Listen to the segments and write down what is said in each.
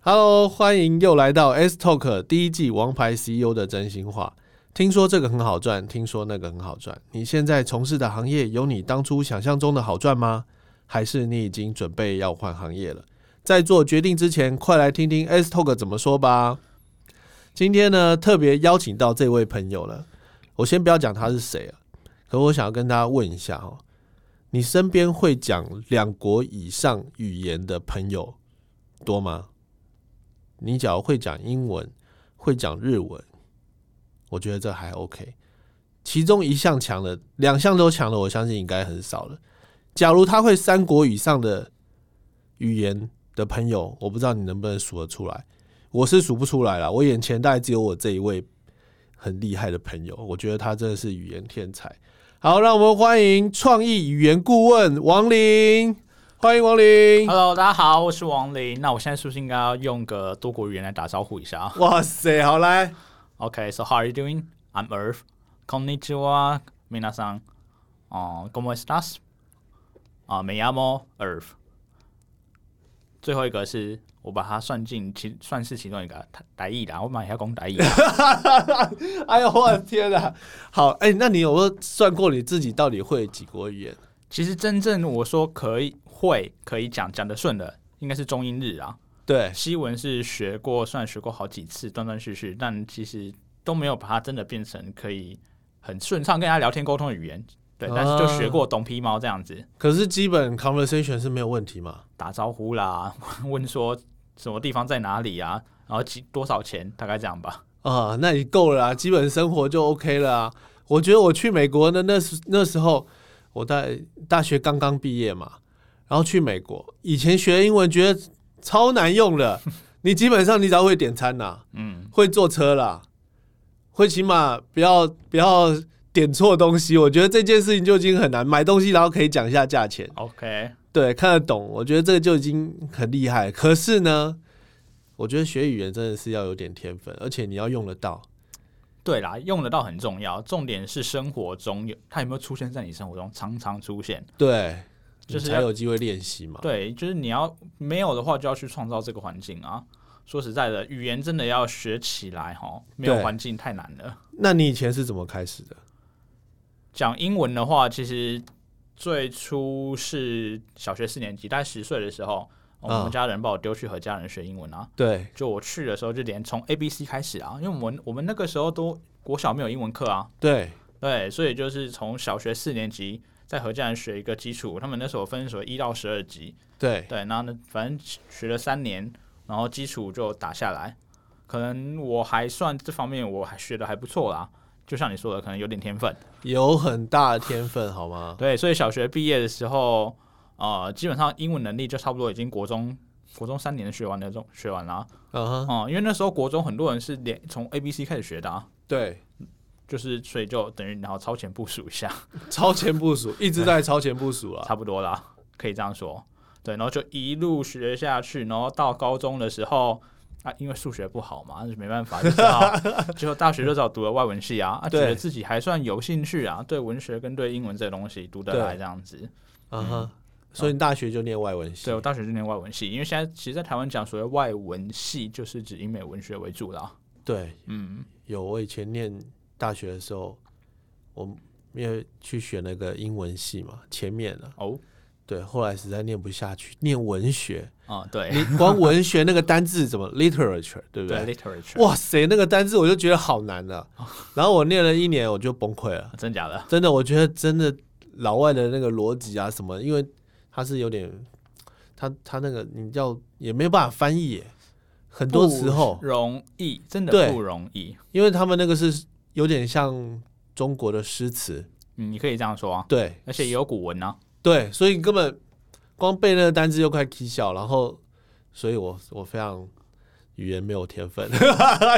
Hello，欢迎又来到 S Talk 第一季《王牌 CEO 的真心话》。听说这个很好赚，听说那个很好赚。你现在从事的行业有你当初想象中的好赚吗？还是你已经准备要换行业了？在做决定之前，快来听听 S Talk 怎么说吧。今天呢，特别邀请到这位朋友了。我先不要讲他是谁啊，可我想要跟大家问一下哦，你身边会讲两国以上语言的朋友多吗？你只要会讲英文，会讲日文，我觉得这还 OK。其中一项强的，两项都强的，我相信应该很少了。假如他会三国以上的语言的朋友，我不知道你能不能数得出来。我是数不出来了，我眼前大概只有我这一位很厉害的朋友，我觉得他真的是语言天才。好，让我们欢迎创意语言顾问王林，欢迎王林。 Hello，大家好，我是王林。那我现在是不是应该要用个多国语言来打招呼一下啊哇塞，好来， ？OK，so、how are you doing? I'm Earth. Konnichiwa, minasan. 哦、c o m o estás? 啊、m e llamo Earth. 最后一个是我把它算进其算是其中一个台台语啦，我马来西亚讲台语。 哎呦，我的天啊！好，哎、那你有没有算过你自己到底会几国语言？其实真正我说可以会可以讲讲得顺的，应该是中英日啊。对，西文是学过，算学过好几次，断断续续，但其实都没有把它真的变成可以很顺畅跟人家聊天沟通的语言。对，啊但是就学过懂皮毛这样子，可是基本 conversation 是没有问题嘛？打招呼啦， 问说什么地方在哪里啊，然后几多少钱，大概这样吧。啊、那你够了啊，基本生活就 OK 了啊。我觉得我去美国的那时那时候，我在大学刚刚毕业嘛，然后去美国，以前学英文觉得超难用的，你基本上你只要会点餐呐、嗯，会坐车啦，会起码不要不要点错东西。我觉得这件事情就已经很难，买东西然后可以讲一下价钱， OK，对，看得懂，我觉得这个就已经很厉害。可是呢，我觉得学语言真的是要有点天分，而且你要用得到。对啦，用得到很重要，重点是生活中有它有没有出现在你生活中，常常出现。对，就是你才要有机会练习嘛。对，就是你要没有的话，就要去创造这个环境啊。说实在的，语言真的要学起来哈，没有对环境太难了。那你以前是怎么开始的？讲英文的话，其实最初是小学四年级，大概十岁的时候，我嗯们家人把我丢去和家人学英文啊。对，就我去的时候，就连从 A B C 开始啊，因为我们我们那个时候都国小没有英文课啊，对，对，所以就是从小学四年级在和家人学一个基础，他们那时候分所谓一到十二级，对，对，然后呢，反正学了三年，然后基础就打下来，可能我还算这方面我还学的还不错啦。就像你说的，可能有点天分。有很大的天分，好吗？对，所以小学毕业的时候，呃，基本上英文能力就差不多已经国中国中三年学完的中学完了。嗯哼，哦、因为那时候国中很多人是连从 A B C 开始学的、啊，对，就是所以就等于然后超前部署一下，超前部署，一直在超前部署啊啦。差不多啦，可以这样说。对，然后就一路学下去，然后到高中的时候啊，因为数学不好嘛，那就没办法，就知 道，结果大学就知道读了外文系啊，啊，觉对得自己还算有兴趣啊，对文学跟对英文这个东西读得对来这样子。嗯哼，所以你大学就念外文系对，我大学就念外文系，因为现在其实，在台湾讲所谓外文系，就是指英美文学为主啦。对，嗯，有我以前念大学的时候，我因为去选那个英文系嘛，前面啊，哦，对，后来实在念不下去，念文 学，啊、对，你光文学那个单字怎么 literature 对不对对？ ，literature，哇塞，那个单字我就觉得好难 了、然后我念了一年，我就崩溃了。啊真假的？真的，我觉得真的老外的那个逻辑啊什么，因为他是有点，他他那个你要也没有办法翻译耶，很多时候不，容易，真对的不容易。因为他们那个是有点像中国的诗词，嗯，你可以这样说啊，对而且也有古文啊。对，所以你根本光背那个单字就快踢笑，然后，所以我我非常语言没有天 分，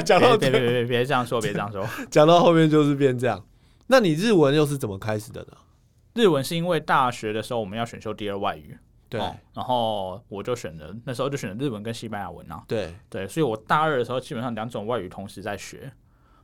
讲到别别别别别这样说，别这样说。 讲到后面就是变这样。那你日文又是怎么开始的呢？日文是因为大学的时候我们要选修第二外语，对、哦然后我就选了，那时候就选了日文跟西班牙文啊。对，对，所以我大二的时候基本上两种外语同时在学，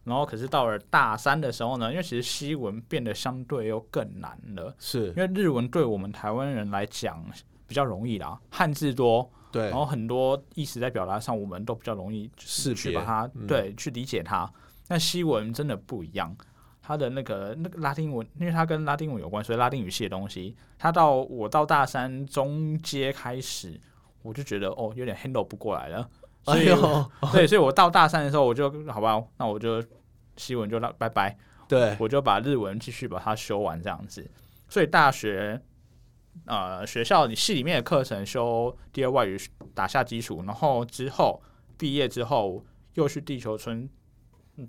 然后可是到了大三的时候呢，因为其实西文变得相对又更难了，是因为日文对我们台湾人来讲比较容易啦，汉字多，对然，后很多意思在表达上，我们都比较容易就是识去别把它、嗯对去理解它。但西文真的不一样，它的那个那个拉丁文，因为它跟拉丁文有关，所以拉丁语系的东西，它到我到大三中阶开始，我就觉得哦，有点 handle 不过来了。所哎以、呦，对，所以我到大三的时候，我就好吧，那我就西文就拉拜拜，对，我就把日文继续把它修完这样子。所以大学呃学校你系里面的课程修第二外语打下基础，然后之后毕业之后又去地球村，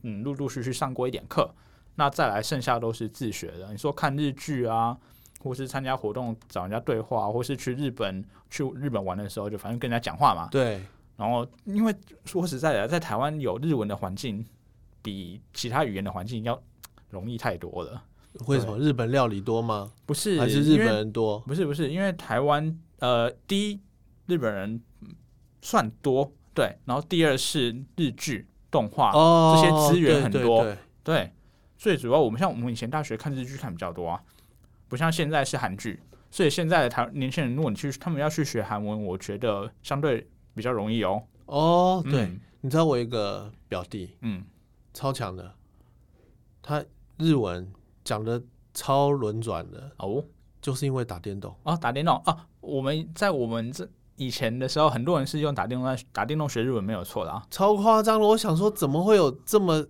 嗯，陆陆续续上过一点课。那再来剩下都是自学的，你说看日剧啊，或是参加活动找人家对话，或是去日本去日本玩的时候，就反正跟人家讲话嘛。对，然后，因为说实在的，在台湾有日文的环境，比其他语言的环境要容易太多了。为什么日本料理多吗？不是，还是日因为本人多？不是不是，因为台湾呃，第一日本人嗯算多，对，然后第二是日剧动画，哦，啊这些资源很对多对对对，最主要我们像我们以前大学看日剧看比较多啊，不像现在是韩剧，所以现在的台年轻人，如果你去他们要去学韩文，我觉得相对比较容易哦。哦，对，嗯你知道我有一个表弟嗯，超强的，他日文讲的超轮转的，哦。就是因为打电动。哦，打电动哦，我们在我们这以前的时候，很多人是用打电动在打电动学日文，没有错的啊。超夸张的！我想说，怎么会有这么，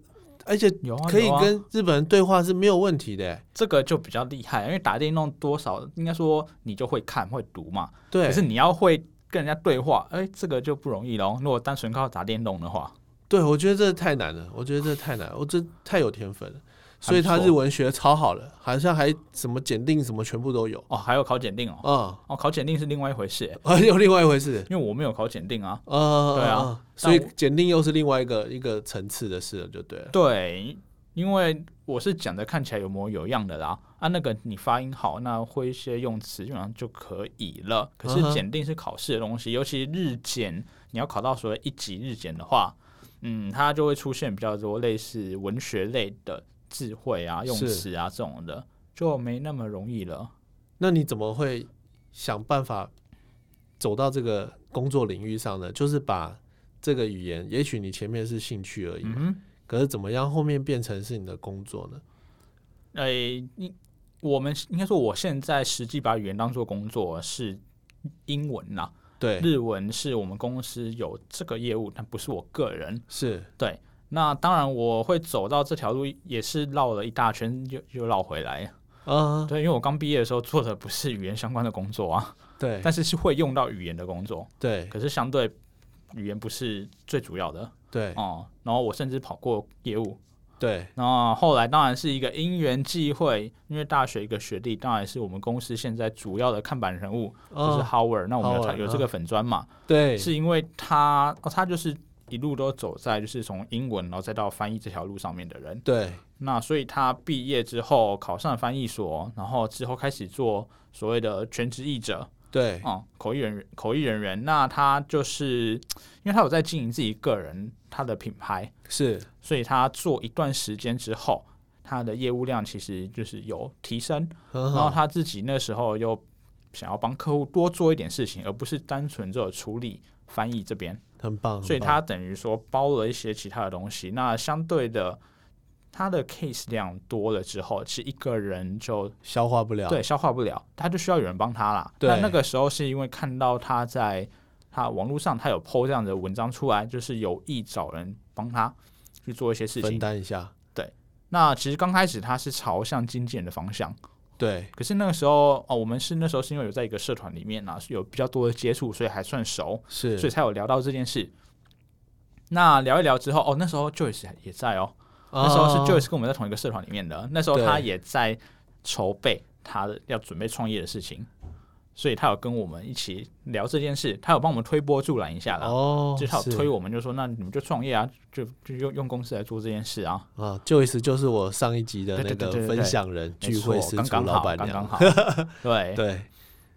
而且有啊，可以有啊跟日本人对话是没有问题的、这个就比较厉害，因为打电动多少应该说你就会看会读嘛，对可，是你要会跟人家对话，哎，这个就不容易喽。如果单纯靠打电动的话，对，我觉得这太难了，我觉得这太难了，我这太有天分了。所以他还不日错文学超好了，好像还什么检定什么全部都有哦，还有考检定哦，啊，哦，考检定是另外一回事，哎啊，有另外一回事因为我没有考检定啊。啊，对啊所以但我检定又是另外一个一个层次的事了，就对了。对，因为我是讲的看起来有模有样的啦，啊，那个你发音好，那会一些用词基本上就可以了。嗯可哼是检定是考试的东西，尤其日检，你要考到所谓一级日检的话，嗯，它就会出现比较多类似文学类的智慧啊、用是词啊这种的，就没那么容易了。那你怎么会想办法走到这个工作领域上呢？就是把这个语言，也许你前面是兴趣而已，嗯哼，可是怎么样后面变成是你的工作呢？诶、你我们应该说，我现在实际把语言当做工作是英文啦、对，日文是我们公司有这个业务，但不是我个人。是那当然，我会走到这条路也是绕了一大圈，又又绕回来。啊，对，因为我刚毕业的时候做的不是语言相关的工作啊，对但是是会用到语言的工作，对可是相对语言不是最主要的对哦、然后我甚至跑过业务，对，那后来当然是一个因缘际会，因为大学一个学弟，当然是我们公司现在主要的看板人物，就是啊， Howard。那我们有 Howard，嗯他有这个粉砖嘛？对是因为他、哦、他就是一路都走在就是从英文然后再到翻译这条路上面的人。对那所以他毕业之后考上翻译所，然后之后开始做所谓的全职译者对啊、嗯口译人员口译人员。那他就是因为他有在经营自己个人他的品牌，是所以他做一段时间之后，他的业务量其实就是有提升。很然后好，他自己那时候又想要帮客户多做一点事情，而不是单纯只有处理翻译这边，很棒，所以很棒他等于说包了一些其他的东西。那相对的，他的 case 量多了之后，其实一个人就消化不了，对消化不了，他就需要有人帮他啦。对那那个时候是因为看到他在他网络上他有 PO 这样的文章出来，就是有意找人帮他去做一些事分情。担一下，那其实刚开始他是朝向经纪人的方向。对可是那个时候哦，我们是那时候是因为有在一个社团里面啊，是有比较多的接触，所以还算熟，是所以才有聊到这件事。那聊一聊之后，哦，那时候 Joyce 也在哦，那时候是啊 Joyce 跟我们在同一个社团里面的，那时候对他也在筹备他的要准备创业的事情，所以他有跟我们一起聊这件事，他有帮我们推波助澜一下啦，哦，就是他有是推我们就说，那你们就创业啊，就就用用公司来做这件事啊，啊，就意思就是我上一集的对那对个对对对分对享人没聚会错师刚厨刚老好，板刚刚娘，好，对对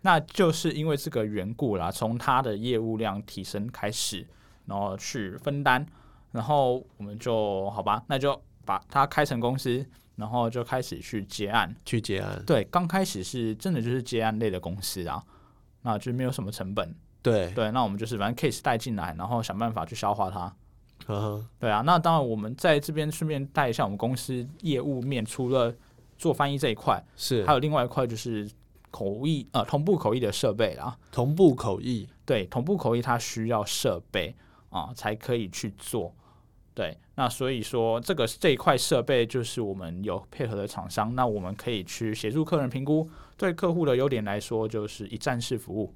那就是因为这个缘故啦，从他的业务量提升开始，然后去分担，然后我们就好吧，那就把他开成公司，然后就开始去接案。去结案，对，刚开始是真的就是接案类的公司啊，那就没有什么成本，对，对，那我们就是反正 case 带进来，然后想办法去消化它。嗯哼，对啊，那当然我们在这边顺便带一下我们公司业务面，除了做翻译这一块，是还有另外一块就是口译呃同步口译的设备啦。同步口译，对，同步口译它需要设备啊、才可以去做。对，那所以说这个这一块设备就是我们有配合的厂商，那我们可以去协助客人评估。对客户的优点来说，就是一站式服务，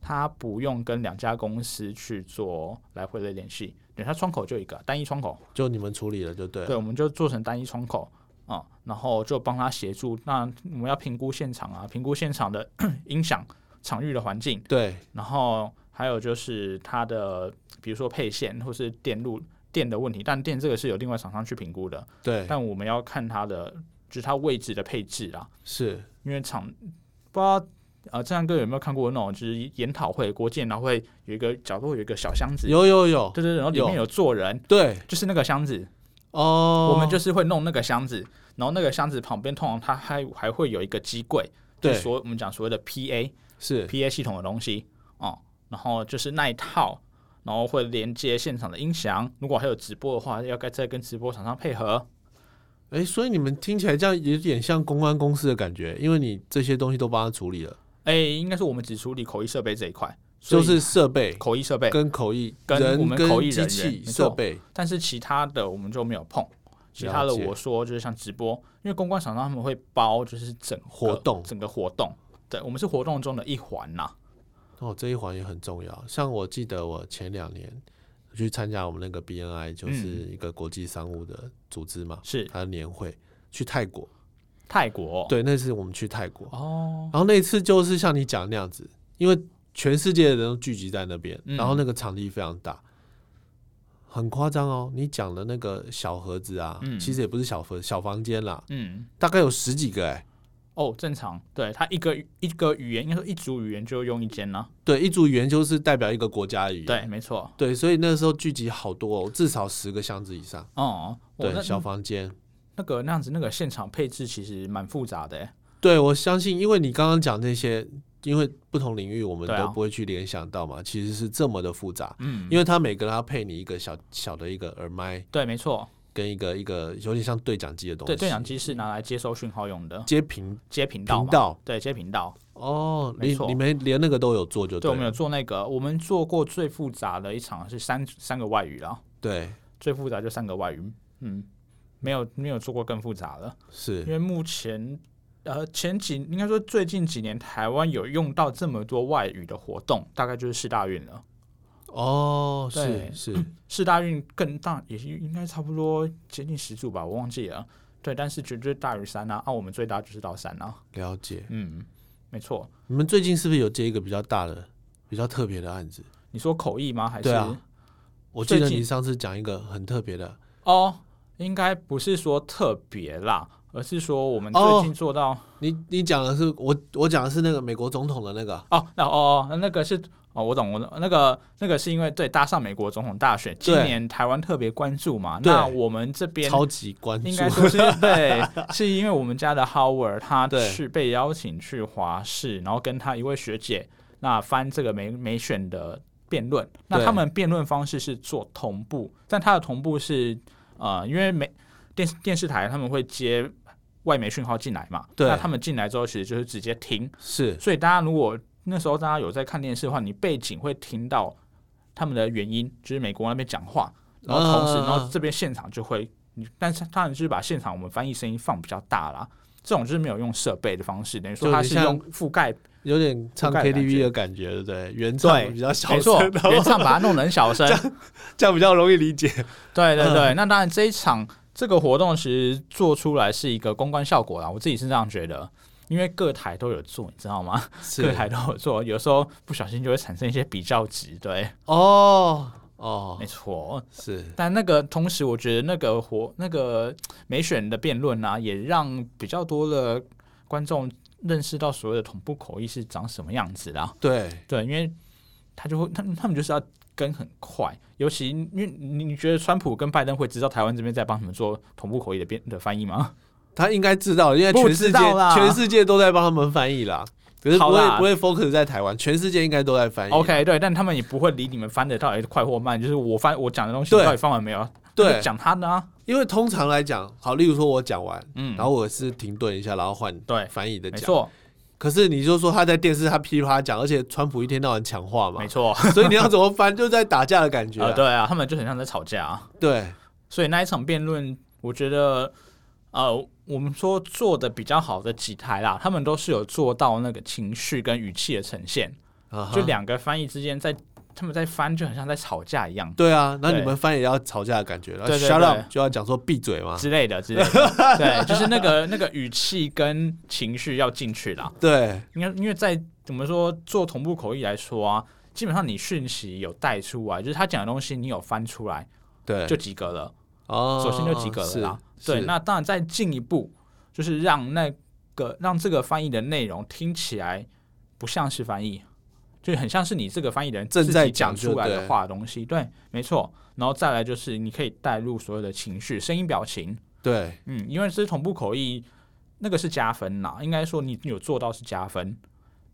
他不用跟两家公司去做来回的联系，对，他窗口就一个单一窗口，就你们处理了就对了。对，我们就做成单一窗口啊、然后就帮他协助。那我们要评估现场啊，评估现场的 音响、场域的环境，对，然后还有就是它的，比如说配线或是电路电的问题，但电这个是有另外厂商去评估的，对，但我们要看它的就是它位置的配置啦，是，因为厂不知道呃，正阳哥有没有看过那种就是研讨会国际研讨会有一个角落有一个小箱子，有有有，对对对，然后里面有坐人，对，就是那个箱子，哦，我们就是会弄那个箱子，然后那个箱子旁边通常它还还会有一个机柜，就是对，所我们讲所谓的 PA，是 PA 系统的东西哦、然后就是那一套，然后会连接现场的音响。如果还有直播的话，要该再跟直播厂商配合。哎、所以你们听起来这样有点像公关公司的感觉，因为你这些东西都帮他处理了，哎，应该是我们只处理口译设备这一块，所就以是设备口译设备，跟口译跟我人们跟口译机人员器没设错备，但是其他的我们就没有碰。其他的了解我说就是像直播，因为公关厂商他们会包就是整个活动整个活动，对我们是活动中的一环呐、哦，这一环也很重要。像我记得我前两年去参加我们那个 BNI，就是一个国际商务的组织嘛，嗯是它的年会去泰国，泰国对，那次我们去泰国，哦，然后那次就是像你讲的那样子，因为全世界的人都聚集在那边，嗯然后那个场地非常大，很夸张哦。你讲的那个小盒子啊，嗯其实也不是小盒小房间啦，嗯，大概有十几个哎、哦，正常，对他一个一个语言，应该说一组语言就用一间呢、对，一组语言就是代表一个国家的语言。对，没错，对，所以那时候聚集好多哦，至少十个箱子以上。哦，我对，那小房间。那个那样子，那个现场配置其实蛮复杂的欸。对，我相信，因为你刚刚讲这些，因为不同领域我们对啊都不会去联想到嘛，其实是这么的复杂。嗯，因为它每个它配你一个小小的一个耳麦，对，没错，跟一个一个有点像对讲机的东西，对，对讲机是拿来接收讯号用的，接频接频道频嘛，道对，接频道。哦，没你错你们连那个都有做就对，我们了有做那个，我们做过最复杂的一场是三三个外语啦，对最复杂就三个外语，嗯，没有没有做过更复杂的，是因为目前。呃，前几应该说最近几年，台湾有用到这么多外语的活动，大概就是四大运了。哦是对是四大运更大，也是应该差不多接近十组吧，我忘记了。对，但是绝对大于三啊，啊，我们最大就是到三啊。了解。嗯，没错。你们最近是不是有接一个比较大的、比较特别的案子？你说口译吗？还是？对啊我记得最近你上次讲一个很特别的哦，应该不是说特别啦，而是说我们哦最近做到你你讲的是我我讲的是那个美国总统的那个，哦，那哦哦，那个是哦，我懂，我懂，那个那个是因为对搭上美国总统大选，今对年台湾特别关注嘛，对那我们这边超级关注应，该说是对，是因为我们家的 Howard 他对去被邀请去华视，然后跟他一位学姐那翻这个美美选的辩论。那对他们辩论方式是做同步，但他的同步是呃，因为美电视电视台他们会接外媒讯号进来嘛，对那他们进来之后其实就是直接听， 是所以大家如果那时候大家有在看电视的话，你背景会听到他们的原因，就是美国那边讲话，然后同时，啊然后这边现场就会，你但是当然就是把现场我们翻译声音放比较大啦。这种就是没有用设备的方式，等于说就它很是像用覆盖，有点唱覆盖的 KTV 的感觉，对不对？原唱对比较小没声错，，然后原唱把它弄得很小 声。这样比较容易理解。对对嗯对，那当然这一场这个活动其实做出来是一个公关效果啦，我自己是这样觉得，因为各台都有做，你知道吗？是各台都有做，有时候不小心就会产生一些比较值。对，哦哦没，错，是但那个同时，我觉得那个活那个美选的辩论啊，也让比较多的观众认识到所谓的同步口译是长什么样子啦。对对，因为他就会他们他们就是要跟很快，尤其因为你你觉得川普跟拜登会知道台湾这边在帮他们做同步口译的辩的翻译吗？他应该知道，因为不全世知界道啦全世界都在帮他们翻译啦。可是不好会啦不会 focus 在台湾，全世界应该都在翻译。 OK，对，但他们也不会理你们翻的到底快或慢，就是我翻我讲的东西对到底翻完没有啊？他对就，讲他的啊，因为通常来讲，好，例如说我讲完，嗯，然后我是停顿一下，然后换对翻译的没讲。错，可是你就说他在电视他噼里啪啦讲，而且川普一天到晚抢话嘛没，错，所以你要怎么翻，就在打架的感觉啊、呃，对啊，他们就很像在吵架啊。对所以那一场辩论，我觉得，呃，我们说做的比较好的几台啦，他们都是有做到那个情绪跟语气的呈现，啊哈就两个翻译之间在他们在翻，就很像在吵架一样对啊，那对你们翻也要吵架的感觉，然后对对 shut 对 up 就要讲说闭嘴嘛，之类的之类 的，对，就是那个那个语气跟情绪要进去啦。对因为因为在怎么说做同步口译来说啊，基本上你讯息有带出来，就是他讲的东西你有翻出来对，就及格了，哦，首先就及格了啦。是对，是那当然再进一步，就是让那个让这个翻译的内容听起来不像是翻译，就很像是你这个翻译人正自己在讲讲出就来的对话的东西。对，没错。然后再来就是你可以带入所有的情绪、声音、表情，对嗯，因为这是同步口译，那个是加分啦，应该说你有做到是加分，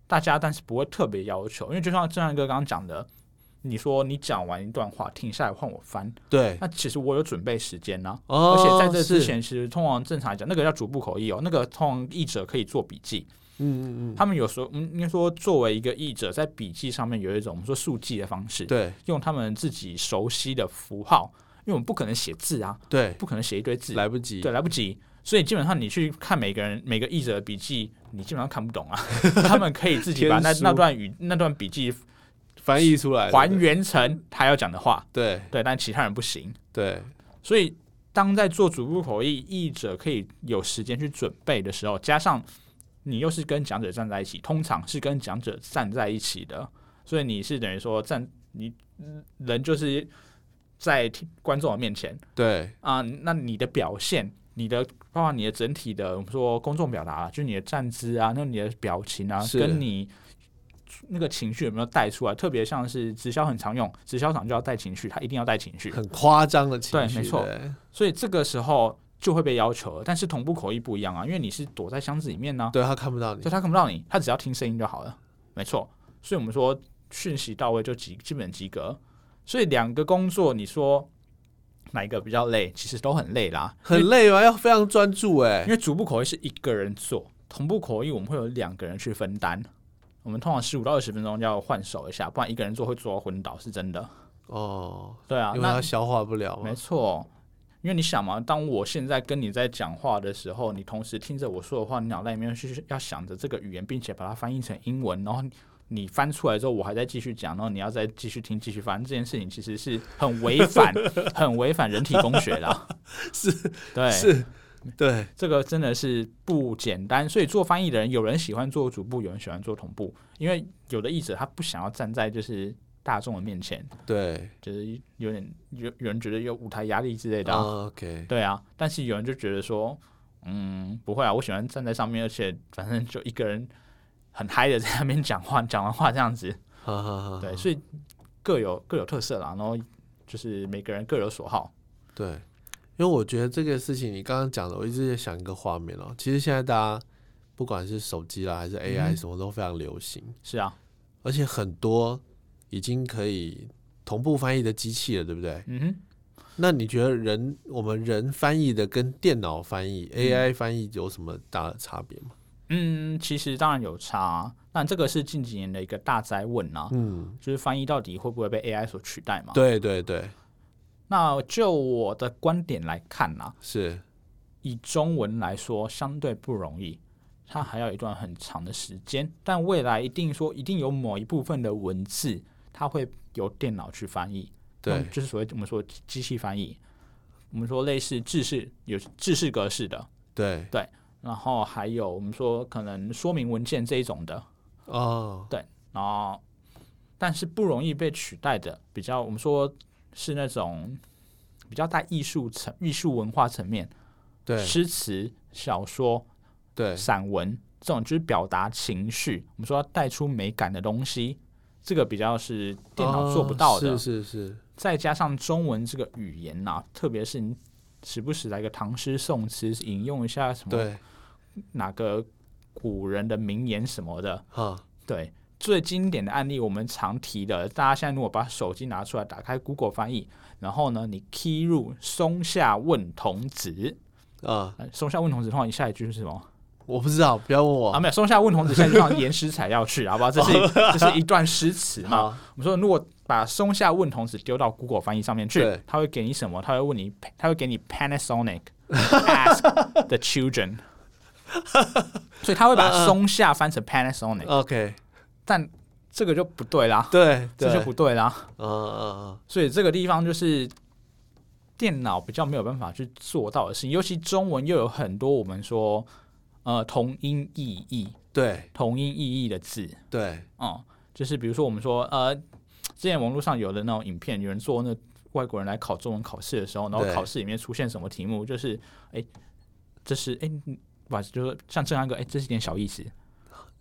大家但是不会特别要求，因为就像正阳哥刚刚讲的，你说你讲完一段话，停下来换我翻，对，那其实我有准备时间呐、哦，而且在这之是，前，其实通常正常来讲，那个叫逐步口译哦，那个通常译者可以做笔记，嗯嗯他们有时候嗯应该说作为一个译者，在笔记上面有一种我们说速记的方式，嗯，，对用他们自己熟悉的符号，因为我们不可能写字啊，对，不可能写一堆字，来不及，对，来不及。所以基本上你去看每个人每个译者的笔记，你基本上看 不懂啊。他们可以自己把那天书那段语那段笔记翻译出来，还原成他要讲的话，对对，但其他人不行。对所以当在做逐步口译，译者可以有时间去准备的时候，加上你又是跟讲者站在一起，通常是跟讲者站在一起的，所以你是等于说站你人就是在听观众的面前，对啊、那你的表现，你的包括你的整体的，我们说公众表达、就是你的站姿啊，那你的表情啊，是跟你那个情绪有没有带出来？特别像是直销很常用，直销场就要带情绪，它一定要带情绪对，，很夸张的情对绪，没错对所以这个时候就会被要求了。但是同步口译不一样啊，因为你是躲在箱子里面呢、对他看不到你所以，他看不到你，他只要听声音就好了，没错。所以我们说讯息到位就及基本及格。所以两个工作，你说哪一个比较累？其实都很累啦，很累吧？要非常专注，哎因，为逐步口译是一个人做，同步口译我们会有两个人去分担。我们通常十五到二十分钟要换手一下，不然一个人做会做到昏倒，是真的。哦，对啊因，为那他消化不了嘛没，错，因为你想嘛，当我现在跟你在讲话的时候，你同时听着我说的话，你脑袋里面是要想着这个语言，并且把它翻译成英文，然后你你翻出来之后，我还在继续讲，然后你要再继续听、继续翻，这件事情其实是很违反、 很违反人体工学的啊、是对，是，对这个真的是不简单，所以做翻译的人，有人喜欢做主部，有人喜欢做同步，因为有的译者他不想要站在就是大众的面前，对就是有点有有人觉得有舞台压力之类的啊、哦，OK，对啊，但是有人就觉得说，嗯，不会啊，我喜欢站在上面，而且反正就一个人很嗨的在那边讲话，讲完话这样子，哈哈哈，对，所以各有各有特色啦，然后就是每个人各有所好，对，因为我觉得这个事情，你刚刚讲的，我一直在想一个画面哦。其实现在大家不管是手机啦，还是 AI，嗯什么都非常流行，是啊，而且很多已经可以同步翻译的机器了，对不对？嗯哼。那你觉得人我们人翻译的跟电脑翻译、AI 翻译有什么大的差别吗？嗯，其实当然有差、啊，但这个是近几年的一个大灾问啊，嗯，就是翻译到底会不会被 AI 所取代嘛？。对对对，那就我的观点来看啊，是以中文来说相对不容易，它还要一段很长的时间，但未来一定说一定有某一部分的文字，它会由电脑去翻译，对用就是所谓我们说机机器翻译，我们说类似制式有制式格式的，对然后还有我们说可能说明文件这一种的，哦，然后但是不容易被取代的，比较我们说是那种比较带艺术层、艺术文化层面，对诗词、小说、对散文这种就是表达情绪，我们说要带出美感的东西，这个比较是电脑做不到的。哦是是是，再加上中文这个语言呐、特别是你嗯时不时来个唐诗宋词，引用一下什么对哪个古人的名言什么的。哈，对，最经典的案例我们常提的，大家现在如果把手机拿出来，打开 Google 翻译，然后呢，你 key 入松下问童子，啊，呃松下问童子通常下一句是什么？我不知道，不要问我。啊，没有，松下问童子现在就放岩石材料去，好不好？这是 这是一段诗词嘛？哦好，我们说，如果把松下问童子丢到 Google 翻译上面去对，他会给你什么？他会问你，他会给你 Panasonic ask the children，所以他会把嗯嗯松下翻成 Panasonic，、 OK，但这个就不对啦，对，这就对不对啦。嗯嗯所以这个地方就是电脑比较没有办法去做到的事情，尤其中文又有很多我们说呃同音异义、嗯，对同音异义的字，对，哦、就是比如说我们说呃，之前网络上有的那种影片，有人做那外国人来考中文考试的时候，然后对考试里面出现什么题目，就是哎、这是哎，你把、就是说像正安哥，哎、这是一点小意思，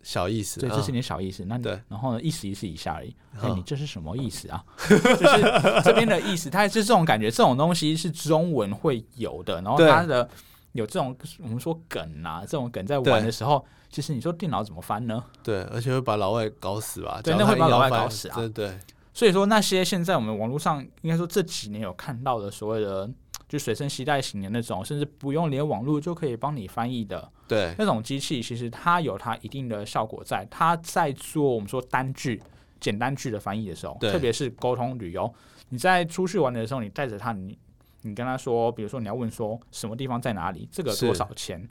小意思。对，这是嗯一点小意思，那你对然后呢，意思意思以下而已，哎、嗯你这是什么意思啊？ 就是这边的意思，它是这种感觉，这种东西是中文会有的，然后对它的。有这种我们说梗啊，这种梗在玩对的时候，其实你说电脑怎么翻呢？对，而且会把老外搞死吧？只对要那他会把一老摇外搞翻死啊对对所以说，那些现在我们网络上应该说这几年有看到的所谓的就随身携带型的那种，甚至不用连网络就可以帮你翻译的对那种机器，其实它有它一定的效果在。它在做我们说单句、简单句的翻译的时候，对特别是沟通旅游，你在出去玩的时候，你带着它，你你跟他说，比如说你要问说什么地方在哪里，这个是多少钱，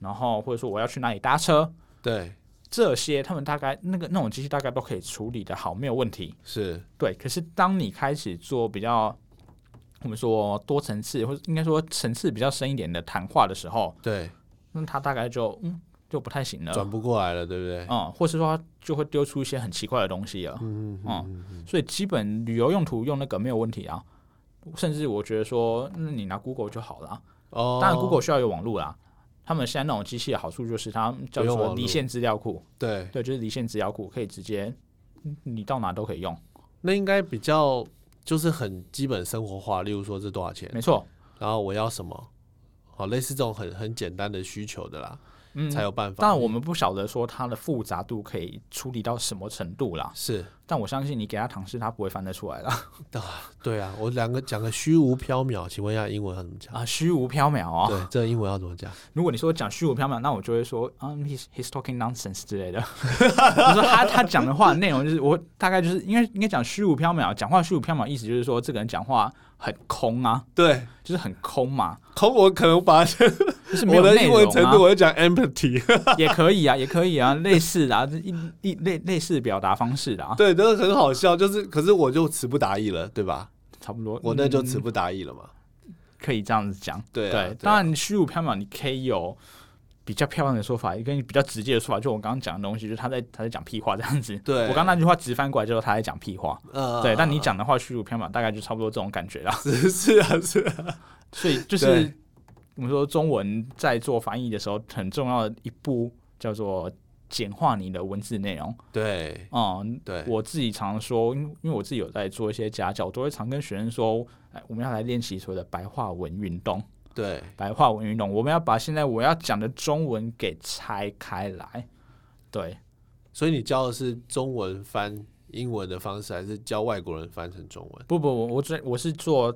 然后或者说我要去哪里搭车，对这些他们大概那个那种机器大概都可以处理的好，没有问题。是，对，可是当你开始做比较，我们说多层次，或者应该说层次比较深一点的谈话的时候，对，那他大概就嗯就不太行了，转不过来了，对不对？嗯，或是说它就会丢出一些很奇怪的东西了，嗯嗯嗯嗯所以基本旅游用途用那个没有问题啊。甚至我觉得说，那你拿 Google 就好了啊。哦，当然，Google 需要有网络啦。他们现在那种机器的好处就是它叫不用网络做离线资料库，对，对，就是离线资料库可以直接，嗯你到哪都可以用。那应该比较就是很基本生活化，例如说这多少钱，没错，然后我要什么，好，类似这种很很简单的需求的啦，嗯，才有办法。但我们不晓得说它的复杂度可以处理到什么程度啦。是但我相信你给他唐诗，他不会翻得出来啦。对啊，我两个讲个虚无缥缈，请问一下英文要怎么讲？ 啊，虚无缥缈哦。对，这英文要怎么讲？如果你说讲虚无缥缈，那我就会说啊、he's he's talking nonsense 之 类的。我说他他讲的话内容就是我大概就是应该应该讲虚无缥缈，讲话虚无缥缈，意思就是说这个人讲话很空啊，对，就是很空嘛，空我可能 把就是没我有的内英容文程度， 啊。我就讲 empathy， 也可以啊，也可以啊，类似的啊，这一一类类似表达方式的啊，对，真的很好笑，就是可是我就词不达意了，对吧？差不多。我那就嗯词不达意了嘛。可以这样子讲。对啊对啊当然虚无缥缈，你可以有比较漂亮的说法，跟比较直接的说法，就我刚刚讲的东西，就是他在他在讲屁话这样子。对我刚那句话直翻过来就是他在讲屁话。呃，对，但你讲的话虚无缥缈，大概就差不多这种感觉 啦。是是啊是啊，所以就是对我们说中文在做翻译的时候，很重要的一步叫做简化你的文字内容。对嗯，对，我自己常说，因为因为我自己有在做一些家教，我都会常跟学生说，哎，我们要来练习所谓的白话文运动。对白话文运动，我们要把现在我要讲的中文给拆开来。对，所以你教的是中文翻英文的方式，还是教外国人翻成中文？不不，我我最我是做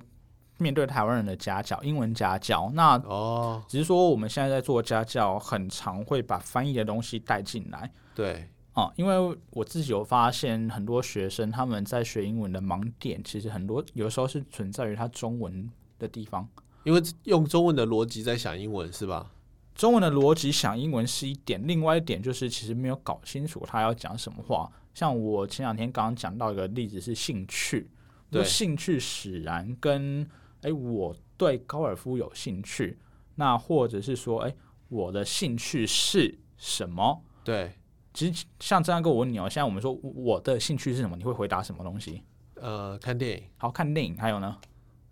面对台湾人的家教，英文家教。那哦，只是说我们现在在做家教，很常会把翻译的东西带进来对啊、因为我自己有发现，很多学生他们在学英文的盲点，其实很多有时候是存在于他中文的地方。因为用中文的逻辑在想英文是吧？中文的逻辑想英文是一点，另外一点就是其实没有搞清楚他要讲什么话。像我前两天刚刚讲到一个例子是兴趣，对我兴趣使然跟诶我对高尔夫有兴趣，那或者是说诶我的兴趣是什么？对，其实像这样跟我问你哦，现在我们说我的兴趣是什么，你会回答什么东西？呃，看电影，好看电影，还有呢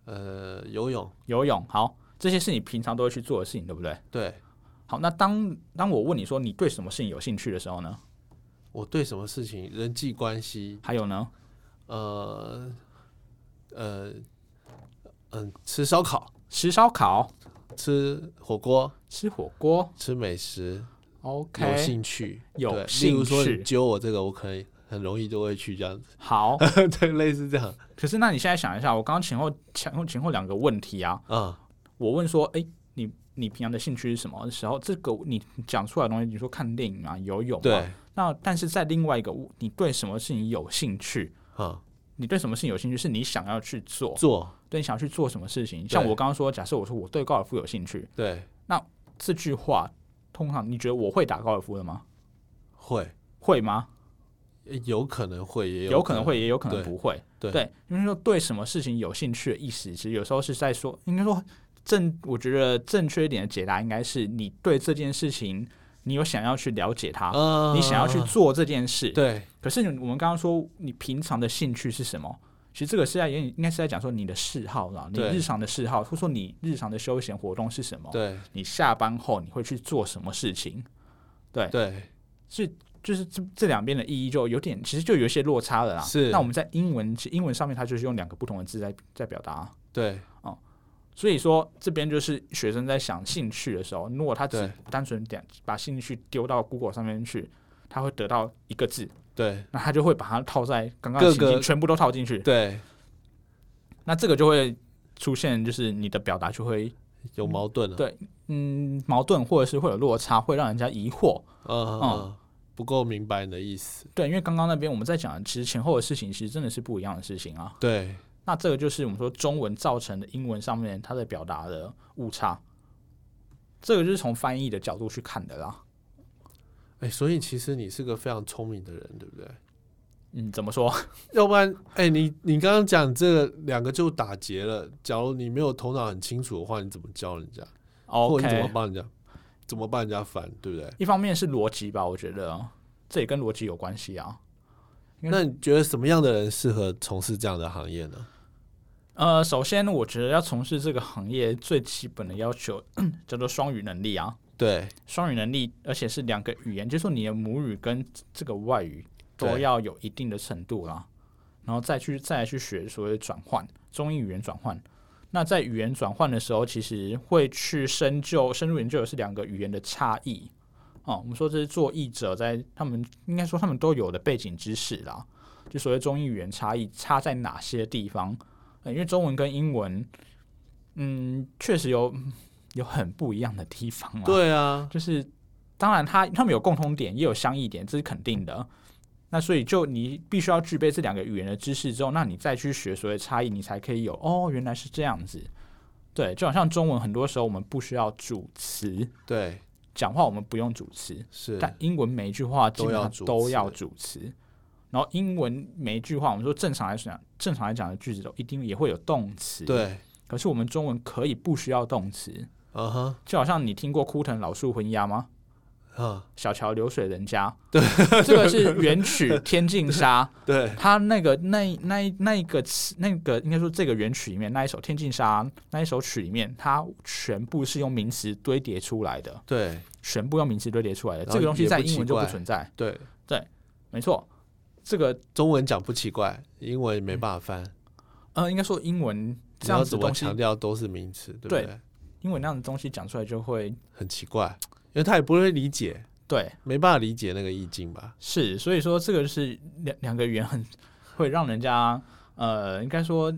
呃，游泳，游泳，好，这些是你平常都会去做的事情，对不对？对好，那当当我问你说你对什么事情有兴趣的时候呢？我对什么事情、人际关系，还有呢，呃，呃，嗯、吃烧烤、吃烧烤、吃火锅、吃火锅吃美食，有 OK，兴趣，有对兴例如说趣你揪我这个，我可能很容易就会去这样子， 好。对，类似这样，可是那你现在想一下，我刚刚前后前后前后两个问题啊，嗯，我问说，哎、你你平常的兴趣是什么的时候，这个你讲出来的东西，你说看电影啊、游泳、啊，对。，那但是在另外一个，你对什么事情有兴趣？嗯，你对什么事情有兴趣？是你想要去做，做，对，你想要去做什么事情？像对我刚刚说，假设我说我对高尔夫有兴趣，对，这句话通常你觉得我会打高尔夫的吗？会，会吗？有可能会，也有可能，会，也有可能对不会。对因为说对什么事情有兴趣的意思，其实有时候是在说，应该说正，我觉得正确一点的解答应该是你对这件事情，你有想要去了解它，嗯，你想要去做这件事。，对，可是你我们刚刚说，你平常的兴趣是什么？其实这个是在应该是在讲说你的嗜好啦，你对日常的嗜好，或者说你日常的休闲活动是什么？对，你下班后你会去做什么事情？对，是就是这这两边的意义就有点，其实就有一些落差了啦。是那我们在英文其实英文上面，它就是用两个不同的字在在表达。啊对，所以说，这边就是学生在想兴趣的时候，如果他只对单纯点把兴趣丢到 Google 上面去，他会得到一个字，对，那他就会把它套在刚刚的各情境个全部都套进去。对，那这个就会出现，就是你的表达就会有矛盾了，对嗯矛盾，或者是会有落差，会让人家疑惑。嗯，嗯不够明白你的意思，对，因为刚刚那边我们在讲，其实前后的事情其实真的是不一样的事情啊。对，那这个就是我们说中文造成的英文上面它的表达的误差，这个就是从翻译的角度去看的啦。哎，所以其实你是个非常聪明的人，对不对？嗯，怎么 说？要不然，哎，你你刚刚讲这两个就打结了。假如你没有头脑很清楚的话，你怎么教人家，或者你怎么 OK，帮人家，怎么帮人家翻，对不对？一方面是逻辑吧，我觉得这也跟逻辑有关系啊。因为那你觉得什么样的人适合从事这样的行业呢？呃，首先我觉得要从事这个行业最基本的要求 叫做双语能力啊，对，双语能力，而且是两个语言，就是说你的母语跟这个外语都对要有一定的程度啦，然后再去再来去学所谓的转换，中英语言转换。那在语言转换的时候，其实会去深究、深入研究的是两个语言的差异。哦，我们说这是做译者在他们应该说他们都有的背景知识啦，就所谓中英语言差异差在哪些地方、呃因为中文跟英文，嗯，确实有有很不一样的地方啦。对啊，就是当然他他们有共通点，也有相异点，这是肯定的。那所以就你必须要具备这两个语言的知识之后，那你再去学所谓差异，你才可以有哦，原来是这样子。对，就好像中文很多时候我们不需要主词，对，讲话我们不用主词，是，但英文每一句话基本上都都要要主词。欸然后英文每一句话，我们说正常来讲，正常来讲的句子都一定也会有动词。，对，可是我们中文可以不需要动词，嗯哼，就好像你听过枯藤老树昏鸦吗？嗯，小桥流水人家，对， 这个是原曲《天净沙》，对，它那个那那那一个词，那个应该说这个原曲里面那一首《天净沙》那一首曲里面，它全部是用名词堆叠出来的，对，全部用名词堆叠出来的，然后这个东西也不在英文奇就不怪存在，对，没错。这个中文讲不奇怪，英文没办法翻，呃，应该说英文你这要样子的怎么东西强，调都是名词，对不对对？英文那样的东西讲出来就会很奇怪，因为他也不会理解，对没办法理解那个意境吧？是，所以说这个就是两两个语言很会让人家呃，应该说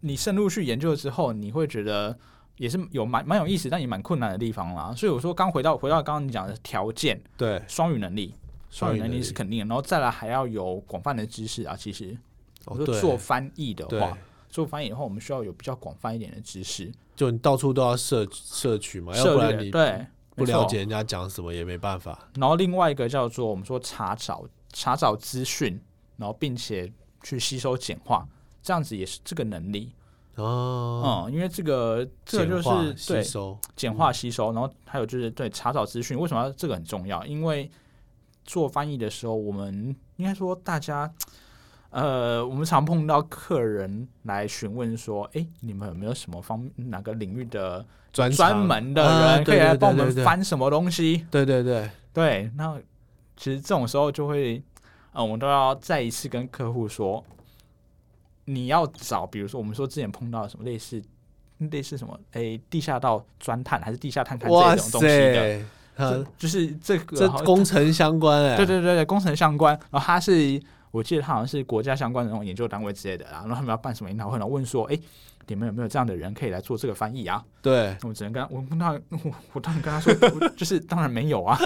你深入去研究之后，你会觉得也是有蛮蛮有意思，但也蛮困难的地方啦。所以我说刚回到回到刚刚你讲的条件，对，双语能力，双语能能力是肯定的，然后再来还要有广泛的知识啊。其实我哦，说对，做翻译的对话，，做翻译的话，我们需要有比较广泛一点的知识就你到处都要摄摄取嘛，哦要涉不然略，你对，不没了错解人家讲什么也没办法。然后另外一个叫做我们说查找查找资讯，然后并且去吸收简化，这样子也是这个能力。哦，嗯，因为这个这个简化就是吸对收，简化吸收，然后还有就是对查找资讯，为什么要这个很重要？因为做翻译的时候，我们应该说大家。呃，我们常碰到客人来询问说：“哎、你们有没有什么方哪个领域的专专长门的啊人可对以来对帮我对们对对翻什么东西？”对对对，对，那其实这种时候就会，呃，我们都要再一次跟客户说，你要找，比如说我们说之前碰到什么哎类似类似什么，诶，地下道钻探还是地下探勘这哇种东西的，塞，啊，就是这个这好像工程相关哎、对对对对，工程相关，然后他是我记得他好像是国家相关的那种研究单位之类的啊，然后他们要办什么研讨会，然后问说，哎，你们有没有这样的人可以来做这个翻译啊？对我只能跟他，我跟他，我我当然跟他说，我就是当然没 有啊，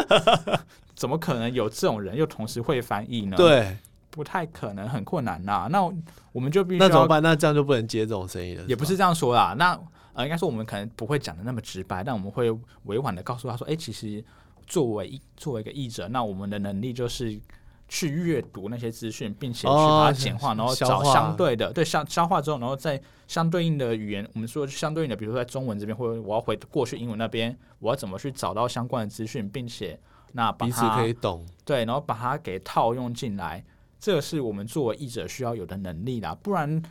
怎么可能有这种人又同时会翻译呢？，对，不太可能，很困难呐、那我我们就必须那怎么要，办？那这样就不能接这种生意了，也不吧是这样说啦，那呃，应该说我们可能不会讲的那么直白，但我们会委婉的告诉他说，哎，其实作为一作为一个译者，那我们的能力就是。去阅读那些资讯，并且去哦把它简化，然后消找化相对的，对消消化之后，然后再相对应的语言，我们说相对应的，比如说在中文这边，或者我要回过去英文那边，我要怎么去找到相关的资讯，并且那把彼此它可以懂，对，然后把它给套用进来，这是我们作为译者需要有的能力啦。不然，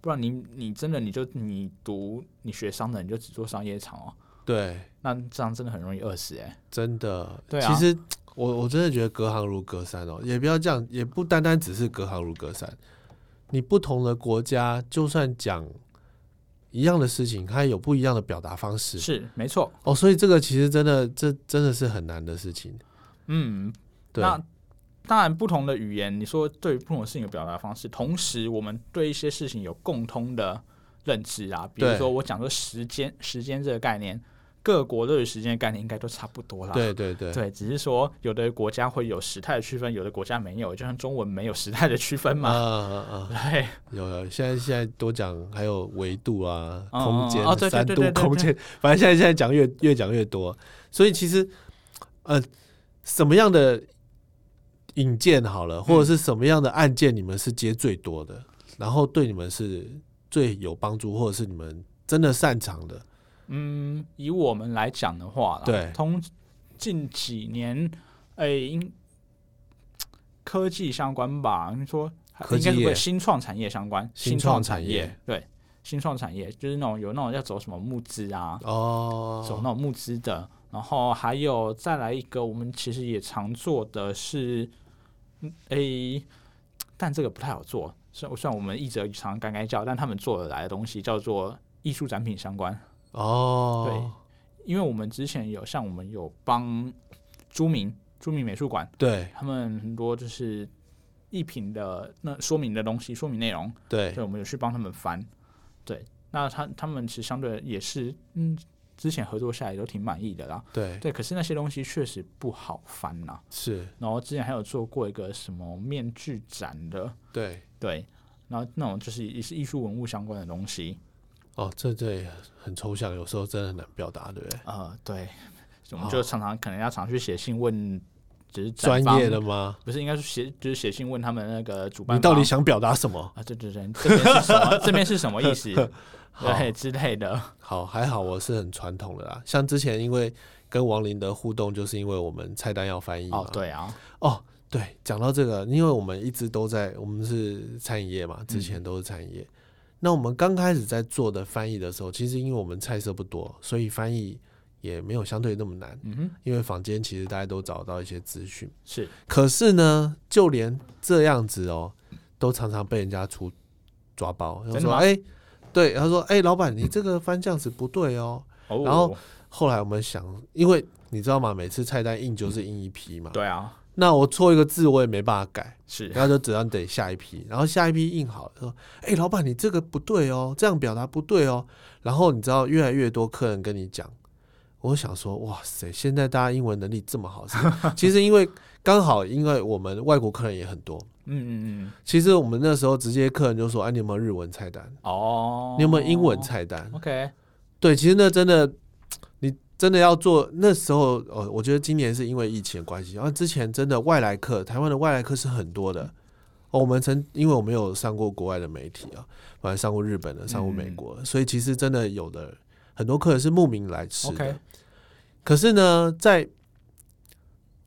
不然你你真的你就你读你学商的，你就只做商业场哦，对，那这样真的很容易饿死哎、真的。对啊其实我我真的觉得隔行如隔山哦，也不要这样，也不单单只是隔行如隔山。你不同的国家，就算讲一样的事情，它有不一样的表达方式是没错，哦，所以这个其实真的，这真的是很难的事情。嗯，对，那当然不同的语言，你说对于不同的事情有表达方式，同时我们对一些事情有共通的认知啊，比如对说我讲说时间，时间这个概念，各国对于时间的概念应该都差不多啦。对对对，对，只是说有的国家会有时态的区分，有的国家没有，就像中文没有时态的区分啊嘛。啊啊！对，有有，现在现在多讲还有维度啊、嗯空间、哦对对三对度对对空间，反正现在现在讲越越讲越多，所以其实呃，什么样的引荐好嗯了，或者是什么样的案件你们是接最多的，然后对你们是最有帮助，或者是你们真的擅长的，嗯，以我们来讲的话啦，对通近几年，哎、应科技相关吧，你说科技应该是业不是新创产业相关，新新创创产产业对，新创产业就是那种有那种要走什么募资啊，走哦，那种募资的，然后还有再来一个，我们其实也常做的是，嗯诶，但这个不太好做。虽虽然我们译者常常干干叫，但他们做得来的东西叫做艺术展品相关，哦，因为我们之前有像我们有帮朱明朱明美术馆，对他们很多就是艺品的那说明的东西，说明内容，对对，我们有去帮他们翻。对，那他他们其实相对也是，嗯，之前合作下来都挺满意的啦。对，对，可是那些东西确实不好翻呐、是，然后之前还有做过一个什么面具展的，对，对，然后那种就是也是艺术文物相关的东西，哦，这这也很抽象，有时候真的很难表达，对不对？呃，对，我哦们就常常可能要常去写信问，就是展专方业的，吗？不是应该是写就是写信问他们那个主办你方，到底想表达什么？啊？对对对，这边是什么？ 这边是什么意 思？好对之类的， 好，还好我是很传统的啦。像之前因为跟王林的互动，就是因为我们菜单要翻译嘛。哦，对啊，哦对，讲到这个，因为我们一直都在，我们是餐饮业嘛，之前都是餐饮业。那我们刚开始在做的翻译的时候，其实因为我们菜色不多，所以翻译也没有相对那么难。嗯哼，因为坊间其实大家都找到一些资讯，是可是呢，就连这样子哦，都常常被人家出抓包。他真的说：“吗哎、对，他说：哎、老板，你这个翻这样子不对哦。”哦，然后后来我们想，因为你知道吗？每次菜单印就是印一批嘛，对啊，那我错一个字我也没办法改，是然后就只能等下一批，然后下一批印好了说，哎、老板你这个不对哦，这样表达不对哦。然后你知道越来越多客人跟你讲，我想说，哇塞，现在大家英文能力这么好是不是， 其实因为刚好因为我们外国客人也很多，嗯嗯嗯，其实我们那时候直接客人就说，哎、你有没有日文菜单？哦，你有没有英文菜单？ ？OK，对，其实那真的，你真的要做那时候，呃，我觉得今年是因为疫情的关系，然啊后之前真的外来客，台湾的外来客是很多的。哦，我们曾因为我们有上过国外的媒体啊，反正上过日本的，上过嗯美国的，所以其实真的有的很多客人是慕名来吃的。 OK 可是呢，在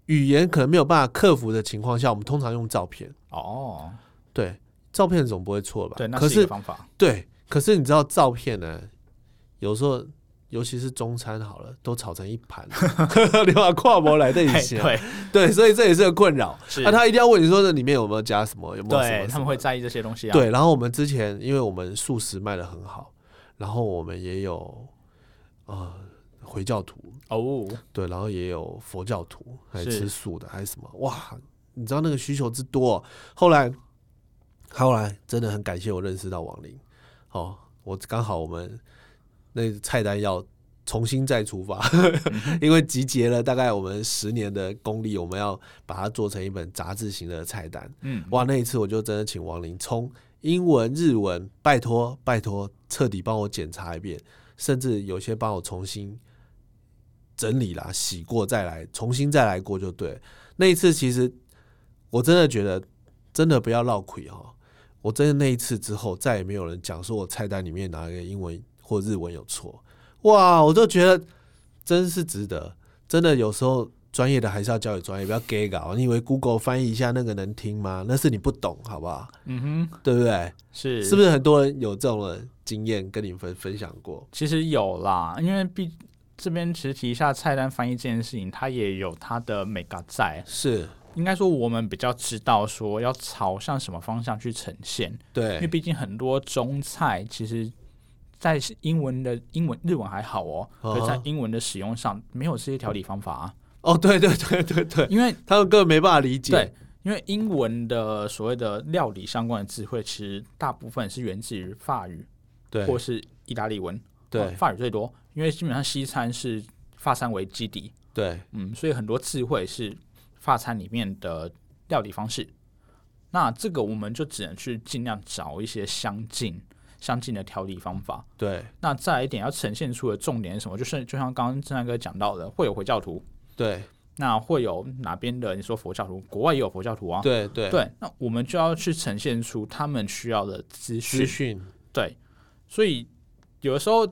语言可能没有办法克服的情况下，我们通常用照片，哦，对，照片总不会错吧？对，那可是是一个方法。对，可是你知道照片呢，有时候尤其是中餐好了，都炒成一盘， 你把跨模来的一嘿些，哎 对，对，所以这 也是个困扰。是那、他一定要问你说这里面有没有加什么，有没有什么对，他们会什在意这些东西么啊。，对。然后我们之前因为我们素食卖的很好，然后我们也有呃回教徒，哦，对，然后也有佛教徒，还是吃素的，还是什么，哇，你知道那个需求之多、后来，后来真的很感谢我认识到王林，哦，我刚好我们那菜单要重新再出发， 因为集结了大概我们十年的功力，我们要把它做成一本杂志型的菜单。嗯，哇，那一次我就真的请王林从英文、日文，拜托拜托，彻底帮我检查一遍，甚至有些帮我重新整理啦、洗过再来，重新再来过就对了。那一次其实我真的觉得，真的不要绕亏哈。我真的那一次之后，再也没有人讲说我菜单里面哪一个英文或日文有错。哇，我就觉得真是值得。真的有时候专业的还是要交给专业，不要 gay 搞。你以为 Google 翻译一下那个能听吗？那是你不懂，好不好？嗯哼，对不对？是是不是很多人有这种的经验跟你分分享过？其实有啦，因为毕这边其实提一下菜单翻译这件事情，它也有它的美感在。是应该说，我们比较知道说要朝向什么方向去呈现，因为对，毕竟很多中菜其实，在英文的英文日文还好哦，可是在哦英文的使用上没有这些调理方法、啊，哦，对对对对对，因为他们根本没办法理解。对，因为英文的所谓的料理相关的智慧，其实大部分是源自于法语对或是意大利文，对哦法语最多，因为基本上西餐是法餐为基底，对嗯，所以很多智慧是法餐里面的料理方式。那这个我们就只能去尽量找一些相近、相近的调理方法。对那再来一点要呈现出的重点是什么？就是就像刚刚郑大哥讲到的，会有回教徒，对那会有哪边的？你说佛教徒，国外也有佛教徒啊，对对，对，那我们就要去呈现出他们需要的资资讯。讯对，所以有的时候，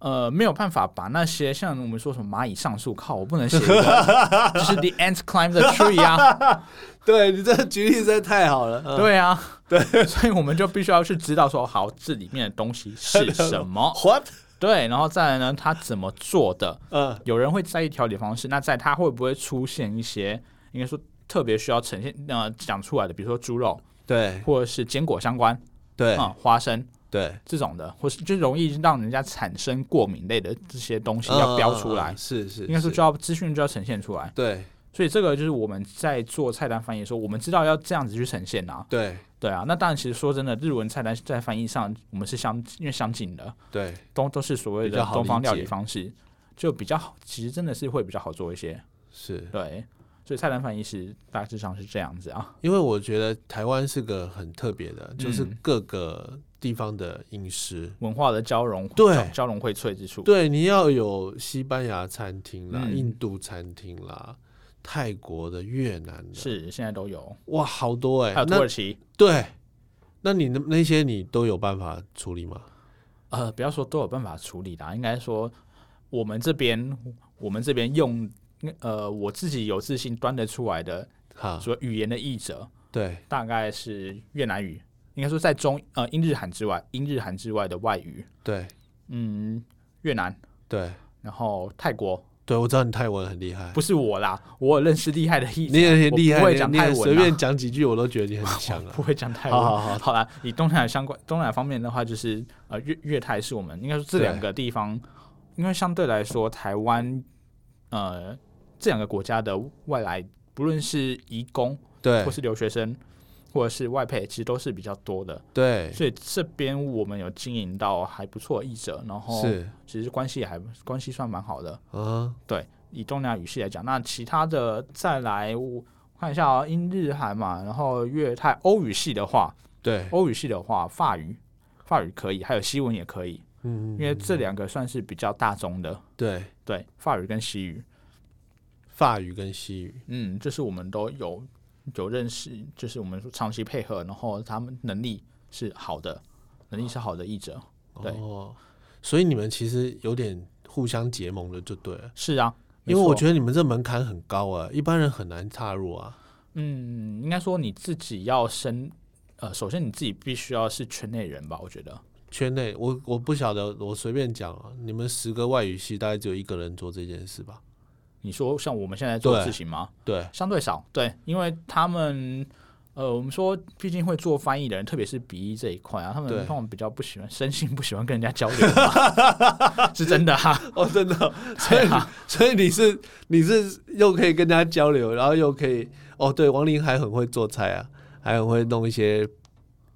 呃，没有办法把那些像我们说什么蚂蚁上树，靠，我不能写一个， 就是 the ants climb the tree 啊，对你这个举例实在太好了。嗯、，对啊，对，所以我们就必须要去知道说，好，这里面的东西是什么，what？啊 对，然后再来呢，它怎么做的，嗯，有人会在意调理方式，那在它会不会出现一些，应该说特别需要呈现呃讲出来的，比如说猪肉对或者是坚果相关。对嗯，花生对，这种的，或是就容易让人家产生过敏类的这些东西要标出来，嗯嗯嗯是是，应该说是就要资讯就要呈现出来。对所以这个就是我们在做菜单翻译的时候，我们知道要这样子去呈现啊，对对啊。那当然，其实说真的，日文菜单在翻译上我们是相因为相近的，对都都是所谓比的较好东方理解料理方式，就比较好，其实真的是会比较好做一些，是。对。所以菜单翻译是大致上是这样子啊，因为我觉得台湾是个很特别的，就是嗯各个地方的饮食。文化的交融，对交交融荟萃之处，对，你要有西班牙餐厅啦、嗯印度餐厅啦、泰国的、越南的，是现在都有，哇，好多哎、还有土那耳其，对，那你那那些你都有办法处理吗？呃，不要说都有办法处理啦，应该说我们这边我们这边用呃我自己有自信端得出来的，哈，说语言的译者对大概是越南语，应该说在中呃英日韩之外，英日韩之外的外语，对嗯，越南，对然后泰国，对，我知道你泰文很厉害，不是我啦，我有认识厉害的译者，你也很厉我害，不会你讲你泰也文、啊，随便讲几句我都觉得你 很强啊。不会讲泰文。好好好啦，以东南亚相关东南亚方面的话，就是呃粤粤泰是我们应该说这对两个地方，因为相对来说台湾呃这两个国家的外来，不论是移工对或是留学生。或者是外配，其实都是比较多的，对所以这边我们有经营到还不错的译者，然后是其实关系也还关系算蛮好的。啊，对，以东南亚语系来讲，那其他的再来我看一下、哦、英日韩嘛，然后粤泰欧语系的话，对，欧语系的话，法语，法语可以，还有西文也可以，嗯因，为这两个算是比较大宗的。对，对，法语跟西语，法语跟西语，嗯，就是我们都有有认识，就是我们说长期配合，然后他们能力是好的，能力是好的译者。对哦，所以你们其实有点互相结盟了，就对了。是啊，因为我得，觉得你们这门槛很高啊，一般人很难踏入啊。嗯，应该说你自己要深，呃，首先你自己必须要是圈内人吧，我觉得。圈内，我我不晓得，我随便讲啊，你们十个外语系大概只有一个人做这件事吧？你说像我们现在做的对事情吗？对相对少，对，因为他们呃，我们说，毕竟会做翻译的人，特别是笔译这一块啊，他们对通常比较不喜欢，生性不喜欢跟人家交流 嘛是真的啊。 哦，真 的哦，所以对啊所以你是你是又可以跟他交流，然后又可以哦，对，王林还很会做菜啊，还很会弄一些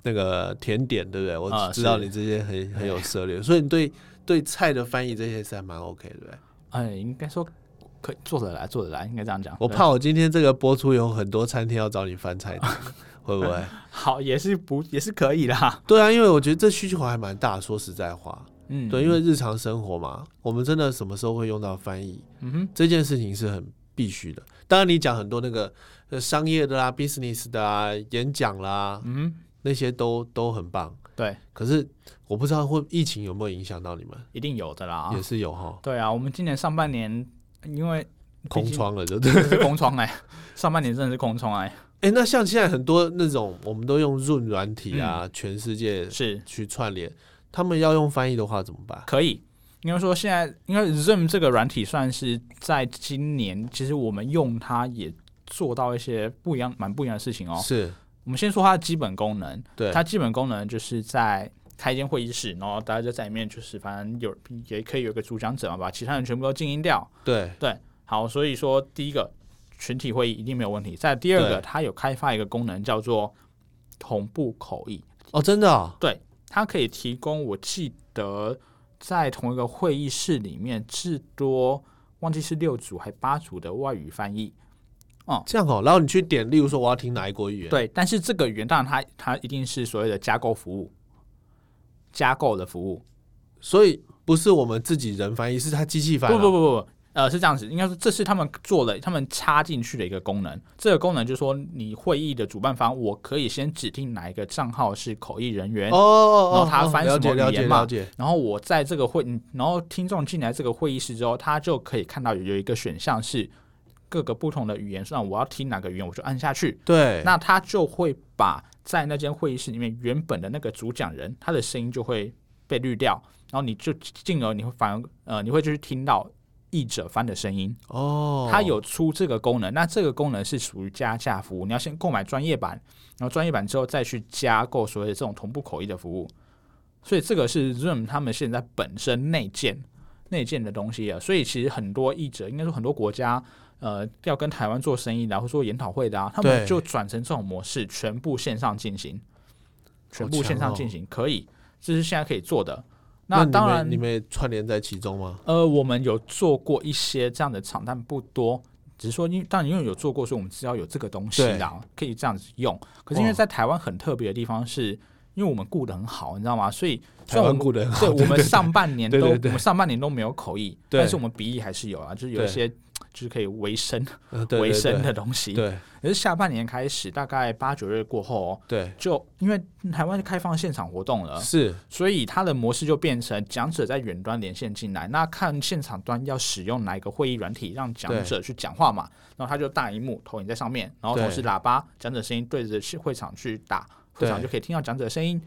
那个甜点，对不对？我啊知道是你这些很很有涉猎，所以你对对菜的翻译这些是还蛮 OK 的，对不对？哎，应该说可以做得来，做得来，应该这样讲。我对怕我今天这个播出有很多餐厅要找你翻菜 单，会不会？好也是不也是可以啦。对啊，因为我觉得这需求还蛮大，说实在话，嗯，对，因为日常生活嘛，我们真的什么时候会用到翻译？嗯哼，这件事情是很必须的。当然，你讲很多那个呃商业的啦、business 的啊、演讲啦，嗯哼，那些都都很棒。对，可是我不知道会疫情有没有影响到你们，一定有的啦也。是有哈，对啊，我们今年上半年因为空毕竟窗了，对不对？ 真的是空窗哎、 上半年真的是空窗哎、哎，那像现在很多那种我们都用 Zoom 软体啊，嗯全世界是去串联，他们要用翻译的话怎么办？可以。应该说，现在因为 Zoom 这个软体算是在今年，其实我们用它也做到一些不一样、蛮不一样的事情哦。是，我们先说它的基本功能，对，它基本功能就是在开一间会议室，然后大家就在里面，就是反正有也可以有一个主讲者嘛，把其他人全部都静音掉。对，好，所以说第一个群体会议一定没有问题。再第二对个，它有开发一个功能叫做同步口译，哦，真的哦、它可以提供，我记得在同一个会议室里面至多忘记是六组还八组的外语翻译。这样哦。然后你去点，例如说我要听哪一国语言，对，但是这个语言当然它它一定是所谓的加购服务，加购的服务。所以不是我们自己人翻译，是他机器翻、啊。不不不不不，呃，是这样子，应该说这是他们做了，他们插进去的一个功能。这个功能就是说，你会议的主办方，我可以先指定哪一个账号是口译人员，哦哦然哦，后他翻了什解么了语解言嘛了解，然后我在这个会，嗯然后听众进来这个会议室之后，他就可以看到有有一个选项是各个不同的语言，那我要听哪个语言我就按下去，对，那他就会把在那间会议室里面原本的那个主讲人他的声音就会被滤掉，然后你就进而你会反而呃你会就是听到译者翻的声音，哦，它有出这个功能，那这个功能是属于加价服务，你要先购买专业版，然后专业版之后再去加购所谓的这种同步口译的服务，所以这个是 Zoom 他们现在本身内建内建的东西啊，所以其实很多译者，应该说很多国家，呃，要跟台湾做生意的、啊，或者说研讨会的啊，他对们就转成这种模式，全部线上进行，全部强线上哦进行，可以，这是现在可以做的。那你当们然你，们也串联在其中吗？呃，我们有做过一些这样的场，但不多。只是说，因为当然因为有做过，所以我们知道有这个东西啦，可以这样子用。可是因为哦在台湾很特别的地方是，因为我们顾得很好，你知道吗？所以虽台然我湾啊们顾得很好， 对我们上半年对都对对我们上半年都没有口译，对但是我们鼻译还是有啊，就是有一些就是可以维生嗯 对维对生对的东西。对可是下半年开始，大概八九月过后、哦，对就因为台湾开放现场活动了，是所以它的模式就变成讲者在远端连线进来，那看现场端要使用哪一个会议软体让讲者去讲话嘛，然后他就大荧幕投影在上面，然后对同时喇叭讲者声音对着会场去打，会场对就可以听到讲者声音。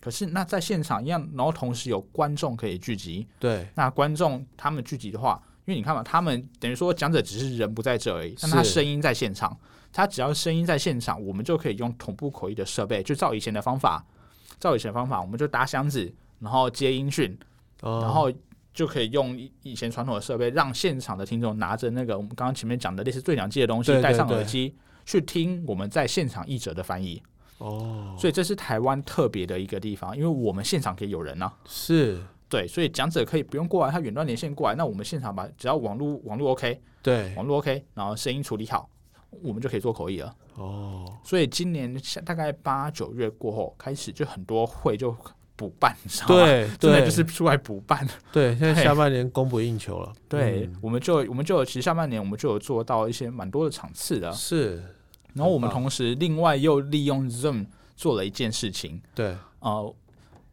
可是那在现场一样，然后同时有观众可以聚集，对那观众他们聚集的话，因为你看嘛，他们等于说讲者只是人不在这而已，但他是声音在现场，他只要声音在现场，我们就可以用同步口译的设备，就照以前的方法，照以前的方法，我们就搭箱子，然后接音讯，哦，然后就可以用以以前传统的设备，让现场的听众拿着那个我们刚刚前面讲的类似对讲机的东西对，对戴上对耳机去听我们在现场译者的翻译，哦所以这是台湾特别的一个地方，因为我们现场可以有人啊。是对，所以讲者可以不用过来，他远端连线过来，那我们现场把只要网络网络 OK，对网络 OK，然后声音处理好，我们就可以做口译了。哦所以今年下大概八九月过后开始，就很多会就补办，你知道吗？对啊真的对嗯就是出来补办。对，现在嘿下半年供不应求了，对，嗯我们就我们就有其实下半年我们就有做到一些蛮多的场次的。是，然后我们很棒同时另外又利用 Zoom 做了一件事情，对呃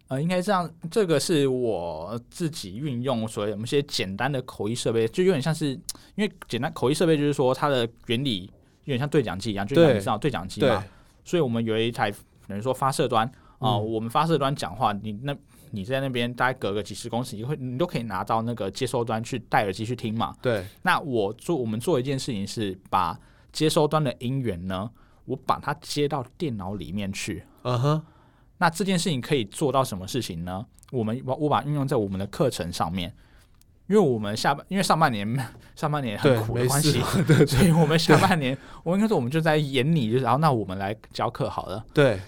呃，应该这样，这个是我自己运用所谓我们一些简单的口译设备，就有点像是因为简单口译设备就是说它的原理有点像对讲机一样，就对像你知道对讲机对嘛，所以我们有一台等于说发射端啊、嗯我们发射端讲话，你那你在那边大概隔个几十公尺，你会你都可以拿到那个接收端去戴耳机去听嘛。对那我做我们做一件事情是把接收端的音源呢，我把它接到电脑里面去。嗯哼，那这件事情可以做到什么事情呢？我们把我把运用在我们的课程上面，因为我们下半因为上半年上半年很对苦没的事关系，所以我们下半年我应该说我们就在演你，就是然后那我们来教课好了。对，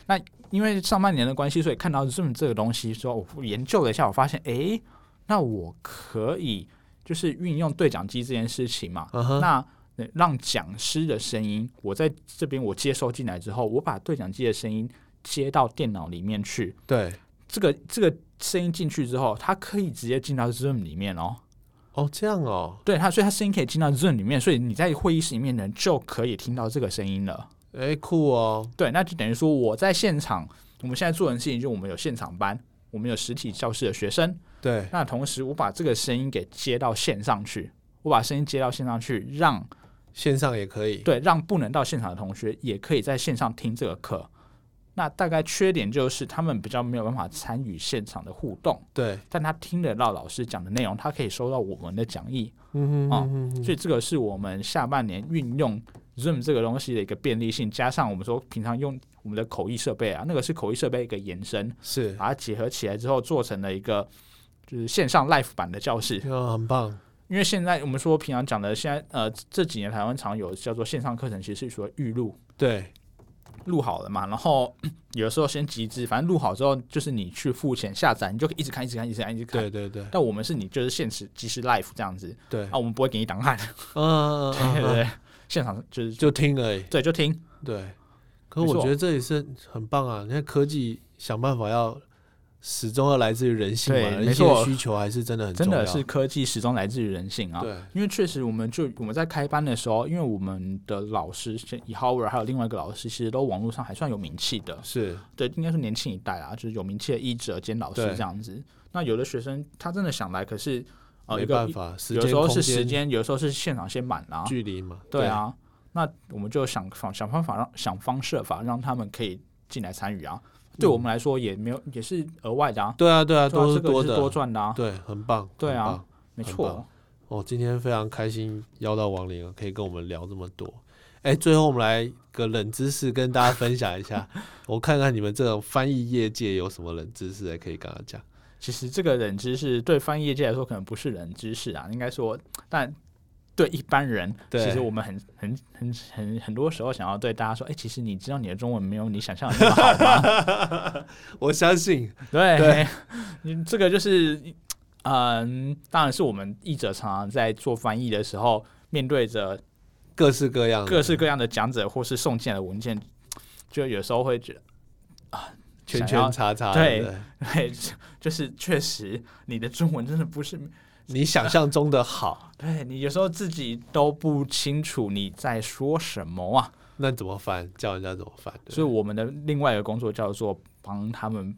因为上半年的关系，所以看到 Zoom 这个东西，说我研究了一下，我发现诶，那我可以就是运用对讲机这件事情嘛，嗯哼，那呃让讲师的声音，我在这边我接收进来之后，我把对讲机的声音接到电脑里面去，对，这个这个声音进去之后，它可以直接进到 Zoom 里面哦。哦，这样哦，对它，所以它声音可以进到 Zoom 里面，所以你在会议室里面呢就可以听到这个声音了。哎，酷哦，对，那就等于说我在现场，我们现在做的事情就是我们有现场班，我们有实体教室的学生，对，那同时我把这个声音给接到线上去，我把声音接到线上去，让线上也可以，对，让不能到现场的同学也可以在线上听这个课。那大概缺点就是他们比较没有办法参与现场的互动，对，但他听得到老师讲的内容，他可以收到我们的讲义，嗯哼哦嗯哼嗯哼，所以这个是我们下半年运用 Zoom 这个东西的一个便利性，加上我们说平常用我们的口译设备啊，那个是口译设备一个延伸，是，把它结合起来之后，做成了一个就是线上 live 版的教室。哦，很棒，因为现在我们说平常讲的，现在呃这几年台湾常有叫做线上课程，其实是说预录，对，录好了嘛，然后 有时候先集资，反正录好之后就是你去付钱下载，你就可以一直看，一直看，一直看，一直看。对对对，但我们是你就是现实即时 live 这样子对，嗯啊，我们不会给你档 案，嗯嗯对嗯对嗯，对，现场就是就听而已，对就听，对。可没我错觉得这也是很棒啊！你看科技想办法要始终要来自于人性嘛，对人没性的错需求还是真的很重真要。的是科技始终来自于人性啊。对，因为确实，我们就我们在开班的时候，因为我们的老师像以 Howard 还有另外一个老师，其实都网络上还算有名气的，是对，应该是年轻一代啦，啊就是有名气的医者兼老师对这样子。那有的学生他真的想来，可是呃，没一个办法，时有间时候空是时间间，有时候是现场先满啊啦、距离嘛，对，啊，那我们就想方想方法让想方设法让他们可以进来参与啊。对我们来说也没有也是额外的啊，对啊，对啊，对啊嗯都这是个也是的，多赚的啊，对，很棒，对啊很棒。没很错棒。哦，今天非常开心邀到王玲，可以跟我们聊这么多。哎，最后我们来个冷知识跟大家分享一下，我看看你们这种翻译业界有什么冷知识可以跟他讲。其实这个冷知识对翻译业界来说可能不是冷知识啊，应该说，但对一般人，对其实我们很很很很很多时候想要对大家说，哎、其实你知道你的中文没有你想象的那么好 吗？我相信，对，你这个就是，嗯，当然是我们译者常常在做翻译的时候，面对着各式各样的，各式各样的讲者或是送进来的文件，就有时候会觉得， 圈想圈要叉叉，对对不对，嘿就是确实你的中文真的不是你想象中的好，对你有时候自己都不清楚你在说什么啊，那怎么翻？叫人家怎么翻？对不对所以我们的另外一个工作叫做帮他们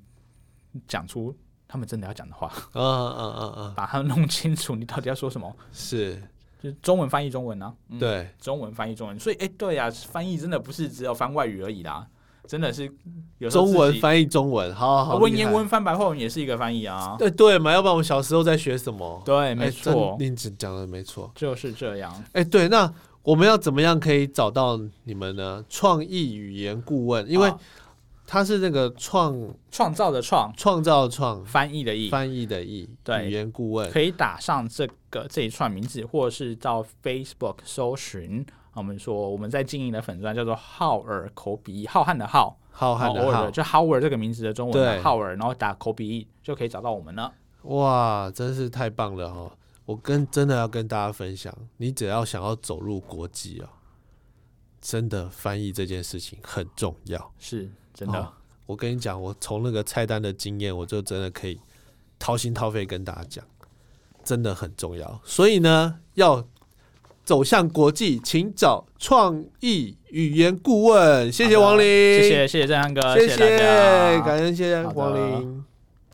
讲出他们真的要讲 的话，嗯嗯嗯嗯，把它弄清楚你到底要说什么，是，就是中文翻译中文啊，嗯、，对，中文翻译中文，所以哎，对啊，翻译真的不是只有翻外语而已啦，真的是有时候中文自己翻译中文，好好，好文厉言害文翻白话文也是一个翻译啊，对对嘛，要不然我们小时候在学什么？对，没哎错，真你只讲的没错。就是这样。哎、对，那我们要怎么样可以找到你们呢？创意语言顾问，因为啊他是那个创创造的创，创造的创翻译的译，翻译的译，对语言顾问，可以打上这个这一串名字，或者是到 Facebook 搜寻。啊我们说我们在经营的粉钻叫做浩尔口笔译，浩瀚的浩，浩瀚然后的偶尔浩，就 Howard 这个名字的中文对嘛浩尔，然后打口笔译就可以找到我们了。哇，真是太棒了哦！我跟真的要跟大家分享，你只要想要走入国际啊、真的翻译这件事情很重要。是真的，哦我跟你讲，我从那个菜单的经验，我就真的可以掏心掏肺跟大家讲，真的很重要。所以呢，要走向国际，请找创意语言顾问。谢谢好的王林，谢谢谢谢正安哥，谢谢大家，感恩谢谢好的王林。